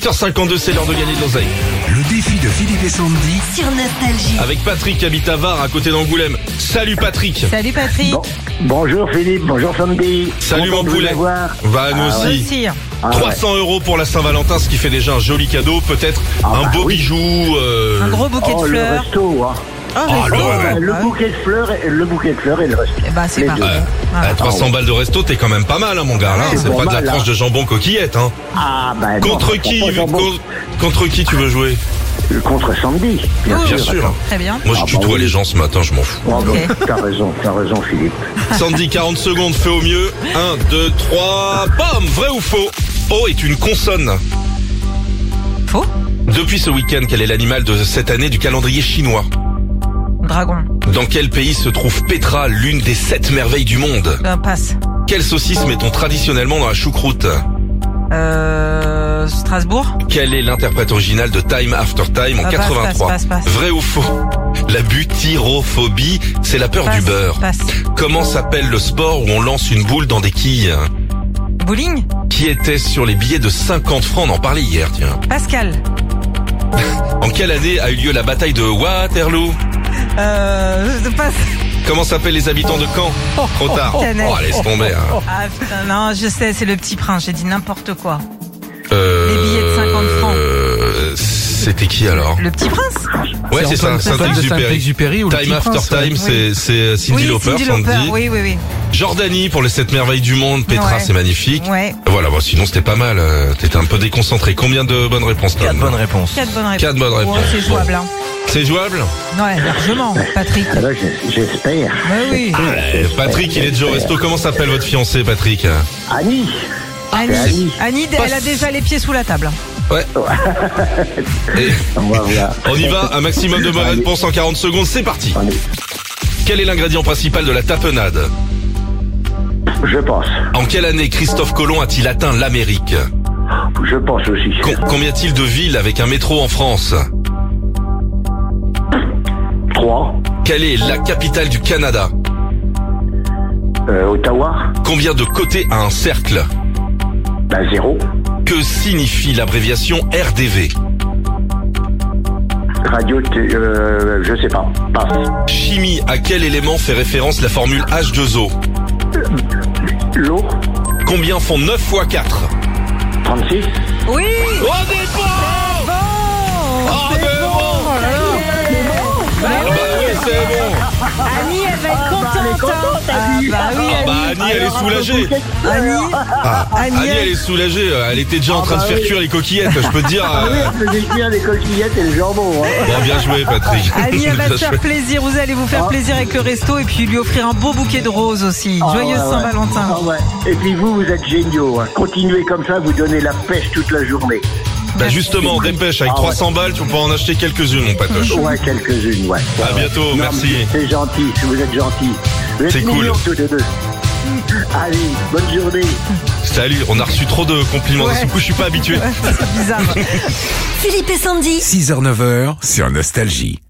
8h52, c'est l'heure de gagner de l'oseille. Le défi de Philippe et Sandy. sur Nostalgie. Avec Patrick, qui habite à Var, à côté d'Angoulême. Salut Patrick. Salut Patrick. Bon- bonjour Philippe, bonjour Sandy. Salut Content mon de vous poulet. avoir. Bah, nous Ah Moi aussi. aussi. hein. Ah, 300 euros pour la Saint-Valentin, ce qui fait déjà un joli cadeau, peut-être un bah beau oui. bijou. euh, Un gros bouquet Oh, de le fleurs. resto, hein. Oh, Ah, le- ouais, Le bouquet de fleurs, et- le bouquet de fleurs et le resto. Bah, c'est Les parfait. deux. Euh, Voilà. à 300 balles de resto, t'es quand même pas mal, hein, mon gars. Là, C'est c'est pas pas de la mal, tranche hein. de jambon coquillette. Hein. Ah, bah, non, Contre je qui, comprends, j'en contre, contre qui tu veux jouer mange- Contre Sandy, bien Oui, Bien sûr. sûr. Oh, Très bien. Moi, je Ah, bah tutoie oui. les gens ce matin, je m'en fous. Oh, bah, Ok. T'as raison, t'as raison Philippe. Sandy, 40 secondes, fais au mieux. 1, 2, 3, bam Vrai ou faux O est une consonne. Faux. Depuis ce week-end, quel est l'animal de cette année du calendrier chinois Dragon. Dans quel pays se trouve Petra, l'une des sept merveilles du monde Euh, passe. Quelle saucisse met-on traditionnellement dans la choucroute Euh, Strasbourg. Quelle est l'interprète originale de Time After Time en Ah, passe, 83 passe, passe, passe. Vrai ou faux La butyrophobie, c'est la peur passe, du beurre. Passe. Comment s'appelle le sport où on lance une boule dans des quilles Bowling. Qui était sur les billets de 50 francs On en parlait hier, tiens. Pascal. En quelle année a eu lieu la bataille de Waterloo Euh, je passe. Comment s'appellent les habitants de Caen Trop tard. Canel. Oh, laisse tomber. hein. Ah putain, non, je sais, c'est le petit prince. J'ai dit n'importe quoi. Euh, Les billets de 50 francs. euh, C'était qui alors Le petit prince. Ouais, c'est ça, Antoine- Antoine de Saint-Exupéry. Saint-Exupéry ou le Time Petit After Prince, ouais. Time, c'est- c'est Cindy oui, Lauper, Cindy Sandy. Lauper. Oui, oui, oui. Jordanie pour les sept merveilles du monde, Petra Ouais. c'est magnifique. Ouais. Voilà, bon, sinon c'était pas mal, euh, t'étais un peu déconcentré. Combien de bonnes réponses t'as Quatre bonnes réponses. Quatre bonnes réponses. Quatre bonnes réponses. Oh, c'est jouable, hein. C'est jouable Ouais, largement, Patrick. Ah, bah, j'- J'espère. Bah oui. Euh, Patrick, il est déjà au resto, comment s'appelle votre fiancé Patrick Annie, Annie. Annie. Annie, elle a déjà les pieds sous la table. Et voilà. On y va, un maximum de bonnes Allez. réponses en 40 secondes, c'est parti Allez. Quel est l'ingrédient principal de la tapenade Je pense, En quelle année Christophe Colomb a-t-il atteint l'Amérique je pense aussi. Com- Combien y a-t-il de villes avec un métro en France Trois, Quelle est la capitale du Canada euh, Ottawa, Combien de côtés a un cercle bah, zéro. Que signifie l'abréviation RDV Radio, t- euh, je sais pas, passe. Chimie, à quel élément fait référence la formule H2O L'eau, Combien font 9 x 4 36, Oui. Oh, des bons Bon. Oh, des bons Oh là là. Ah bah oui, c'est bon Annie, elle va être contente. hein. Ah, bah oui, Ah bah Annie, elle est soulagée Annie. Ah, Annie. Ah, bah Annie, elle est soulagée Elle était déjà en train de faire cuire les coquillettes, je peux te dire euh, faisait cuire les coquillettes et le jambon. Hein. Bon, bien joué, Patrick Annie, elle va Bien se faire joué. plaisir. Vous allez vous faire plaisir avec le resto et puis lui offrir un beau bouquet de roses aussi. Joyeuse Ah ouais, ouais. Saint-Valentin. Ah ouais. Et puis vous, vous êtes géniaux. hein. Continuez comme ça, vous donnez la pêche toute la journée. Bah justement, dépêche, avec Ah ouais. 300 balles, tu pourras en acheter quelques-unes, mon patoche Ouais, quelques-unes, ouais. À bientôt, Non, merci. mais C'est gentil, vous êtes gentil. Vous êtes C'est cool. mignons tous les deux. Allez, bonne journée. Salut, on a reçu trop de compliments, Ouais. du coup, je suis pas habitué C'est bizarre. Philippe et Sandy. 6h, 9h sur Nostalgie.